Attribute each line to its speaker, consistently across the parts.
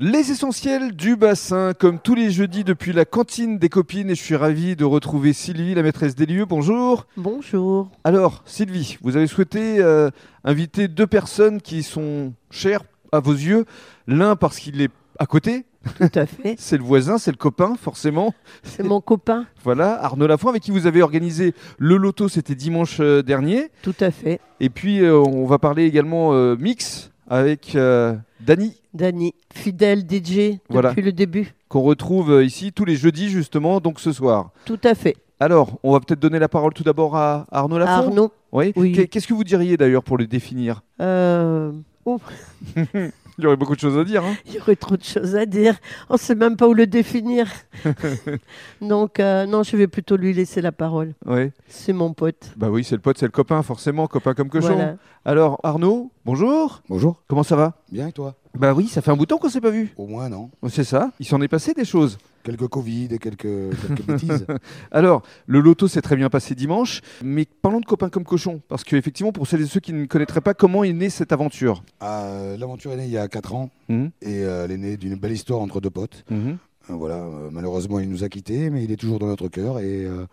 Speaker 1: Les essentiels du bassin, comme tous les jeudis depuis la cantine des copines, et je suis ravi de retrouver Sylvie, la maîtresse des lieux. Bonjour.
Speaker 2: Bonjour.
Speaker 1: Alors, Sylvie, vous avez souhaité euh, inviter deux personnes qui sont chères à vos yeux. L'un parce qu'il est à côté,
Speaker 2: Tout à fait.
Speaker 1: c'est le voisin, c'est le copain, forcément.
Speaker 2: C'est mon copain.
Speaker 1: Voilà, Arnaud Lafont, avec qui vous avez organisé le loto, c'était dimanche euh, dernier.
Speaker 2: Tout à fait.
Speaker 1: Et puis, euh, on va parler également euh, mix avec euh, Dany.
Speaker 2: Dany, fidèle DJ depuis
Speaker 1: Voilà.
Speaker 2: le début.
Speaker 1: qu'on retrouve euh, ici tous les jeudis justement, donc ce soir.
Speaker 2: Tout à fait.
Speaker 1: Alors, on va peut-être donner la parole tout d'abord à Arnaud Lafont.
Speaker 2: Arnaud.
Speaker 1: Oui.
Speaker 2: Oui.
Speaker 1: Qu'est- Qu'est-ce que vous diriez d'ailleurs pour le définir
Speaker 2: euh,
Speaker 1: Il y aurait beaucoup de choses à dire. hein.
Speaker 2: Il y aurait trop de choses à dire. On ne sait même pas où le définir. Donc, euh, non, je vais plutôt lui laisser la parole.
Speaker 1: Ouais.
Speaker 2: C'est mon pote.
Speaker 1: Bah oui, c'est le pote, c'est le copain, forcément, copain comme cochon.
Speaker 2: Voilà.
Speaker 1: Alors, Arnaud, bonjour.
Speaker 3: Bonjour.
Speaker 1: Comment ça va
Speaker 3: Bien et toi
Speaker 1: Bah oui, ça fait un bout de temps qu'on s'est pas vu.
Speaker 3: Au moins, non
Speaker 1: C'est ça. Il s'en est passé des choses.
Speaker 3: Quelques Covid et quelques, quelques bêtises.
Speaker 1: Alors, le loto s'est très bien passé dimanche, mais parlons de copain comme cochon, parce que effectivement, pour celles et ceux qui ne connaîtraient pas, comment est née cette aventure
Speaker 3: Euh, L'aventure est née il y a 4 ans
Speaker 1: Mhm.
Speaker 3: et euh, elle est née d'une belle histoire entre deux potes.
Speaker 1: Mhm.
Speaker 3: Euh, voilà, euh, malheureusement, il nous a quittés, mais il est toujours dans notre cœur et euh,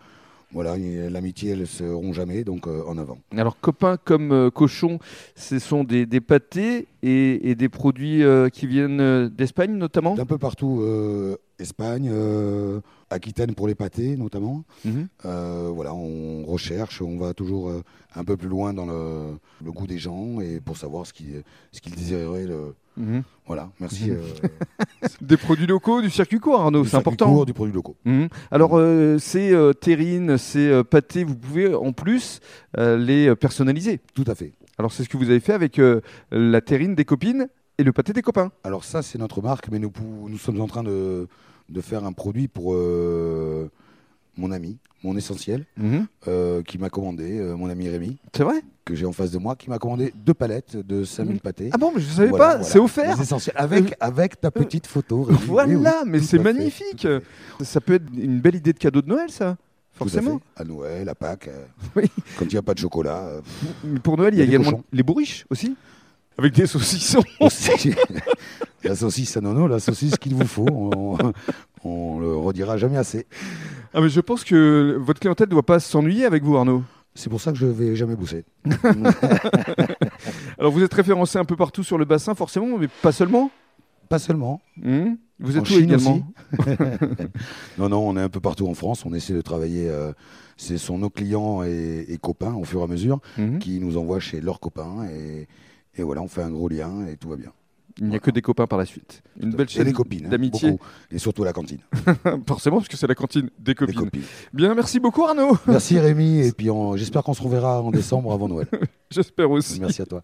Speaker 3: voilà, il- l'amitié, elle se rompt jamais, donc euh, en avant.
Speaker 1: Alors, copains comme euh, cochon, ce sont des, des pâtés et, et des produits euh, qui viennent euh, d'Espagne notamment.
Speaker 3: D'un peu partout, euh, Espagne, euh, Aquitaine pour les pâtés notamment.
Speaker 1: Mhm.
Speaker 3: Euh, voilà, on recherche, on va toujours euh, un peu plus loin dans le, le goût des gens et pour savoir ce qu'ils ce qu'ils désireraient. le-
Speaker 1: Mhm.
Speaker 3: Voilà, merci.
Speaker 1: Mhm.
Speaker 3: euh,
Speaker 1: Des produits locaux, du circuit court, Arnaud,
Speaker 3: du
Speaker 1: c'est
Speaker 3: circuit
Speaker 1: important.
Speaker 3: court, du produit locaux.
Speaker 1: Mhm. Alors, euh, ces euh, terrines, ces euh, pâtés, vous pouvez en plus euh, les euh, personnaliser.
Speaker 3: Tout à fait.
Speaker 1: Alors, c'est ce que vous avez fait avec euh, la terrine des copines et le pâté des copains.
Speaker 3: Alors ça, c'est notre marque, mais nous, pou- nous sommes en train de, de faire un produit pour euh, mon ami, mon essentiel,
Speaker 1: Mhm.
Speaker 3: euh, qui m'a commandé, euh, mon ami Rémi,
Speaker 1: C'est vrai
Speaker 3: que j'ai en face de moi, qui m'a commandé deux palettes de 5000 pâtés.
Speaker 1: Ah bon, mais je ne savais
Speaker 3: Voilà,
Speaker 1: pas,
Speaker 3: voilà.
Speaker 1: c'est offert. Euh,
Speaker 3: Les essentiels, avec, avec ta petite photo. Rémi. Oui, oui,
Speaker 1: Voilà, mais
Speaker 3: tout
Speaker 1: c'est
Speaker 3: à fait,
Speaker 1: magnifique.
Speaker 3: tout à fait,
Speaker 1: Ça peut être une belle idée de cadeau de Noël, ça.
Speaker 3: tout à
Speaker 1: Forcément.
Speaker 3: fait. À Noël, à Pâques, euh,
Speaker 1: Oui.
Speaker 3: quand il n'y a pas de chocolat. euh, pff,
Speaker 1: Mais pour Noël, il y
Speaker 3: Il y
Speaker 1: a
Speaker 3: a des
Speaker 1: également
Speaker 3: cochons.
Speaker 1: les bourriches aussi. Avec des saucissons.
Speaker 3: aussi, la saucisse à nono, la saucisse qu'il vous faut, on, on le redira jamais assez.
Speaker 1: Ah, mais je pense que votre clientèle ne doit pas s'ennuyer avec vous, Arnaud.
Speaker 3: C'est pour ça que je vais jamais bousser.
Speaker 1: Alors, vous êtes référencé un peu partout sur le bassin, forcément, mais pas seulement.
Speaker 3: Pas seulement.
Speaker 1: Hmm vous
Speaker 3: En
Speaker 1: êtes où
Speaker 3: Chine
Speaker 1: également
Speaker 3: aussi. Non, non, on est un peu partout en France. On essaie de travailler. euh, ce sont nos clients et, et copains au fur et à mesure
Speaker 1: Hmm
Speaker 3: qui nous envoient chez leurs copains. Et, et voilà, on fait un gros lien et tout va bien.
Speaker 1: Il n'y a que des copains par la suite. Une belle
Speaker 3: et
Speaker 1: chaîne
Speaker 3: des copines. hein,
Speaker 1: d'amitié.
Speaker 3: beaucoup. Et surtout à la cantine.
Speaker 1: forcément, parce que c'est la cantine des
Speaker 3: Des
Speaker 1: copines.
Speaker 3: copines.
Speaker 1: Bien, merci beaucoup, Arnaud.
Speaker 3: Merci Rémi. Et puis on- j'espère qu'on se reverra en décembre avant Noël.
Speaker 1: J'espère aussi.
Speaker 3: Merci à toi.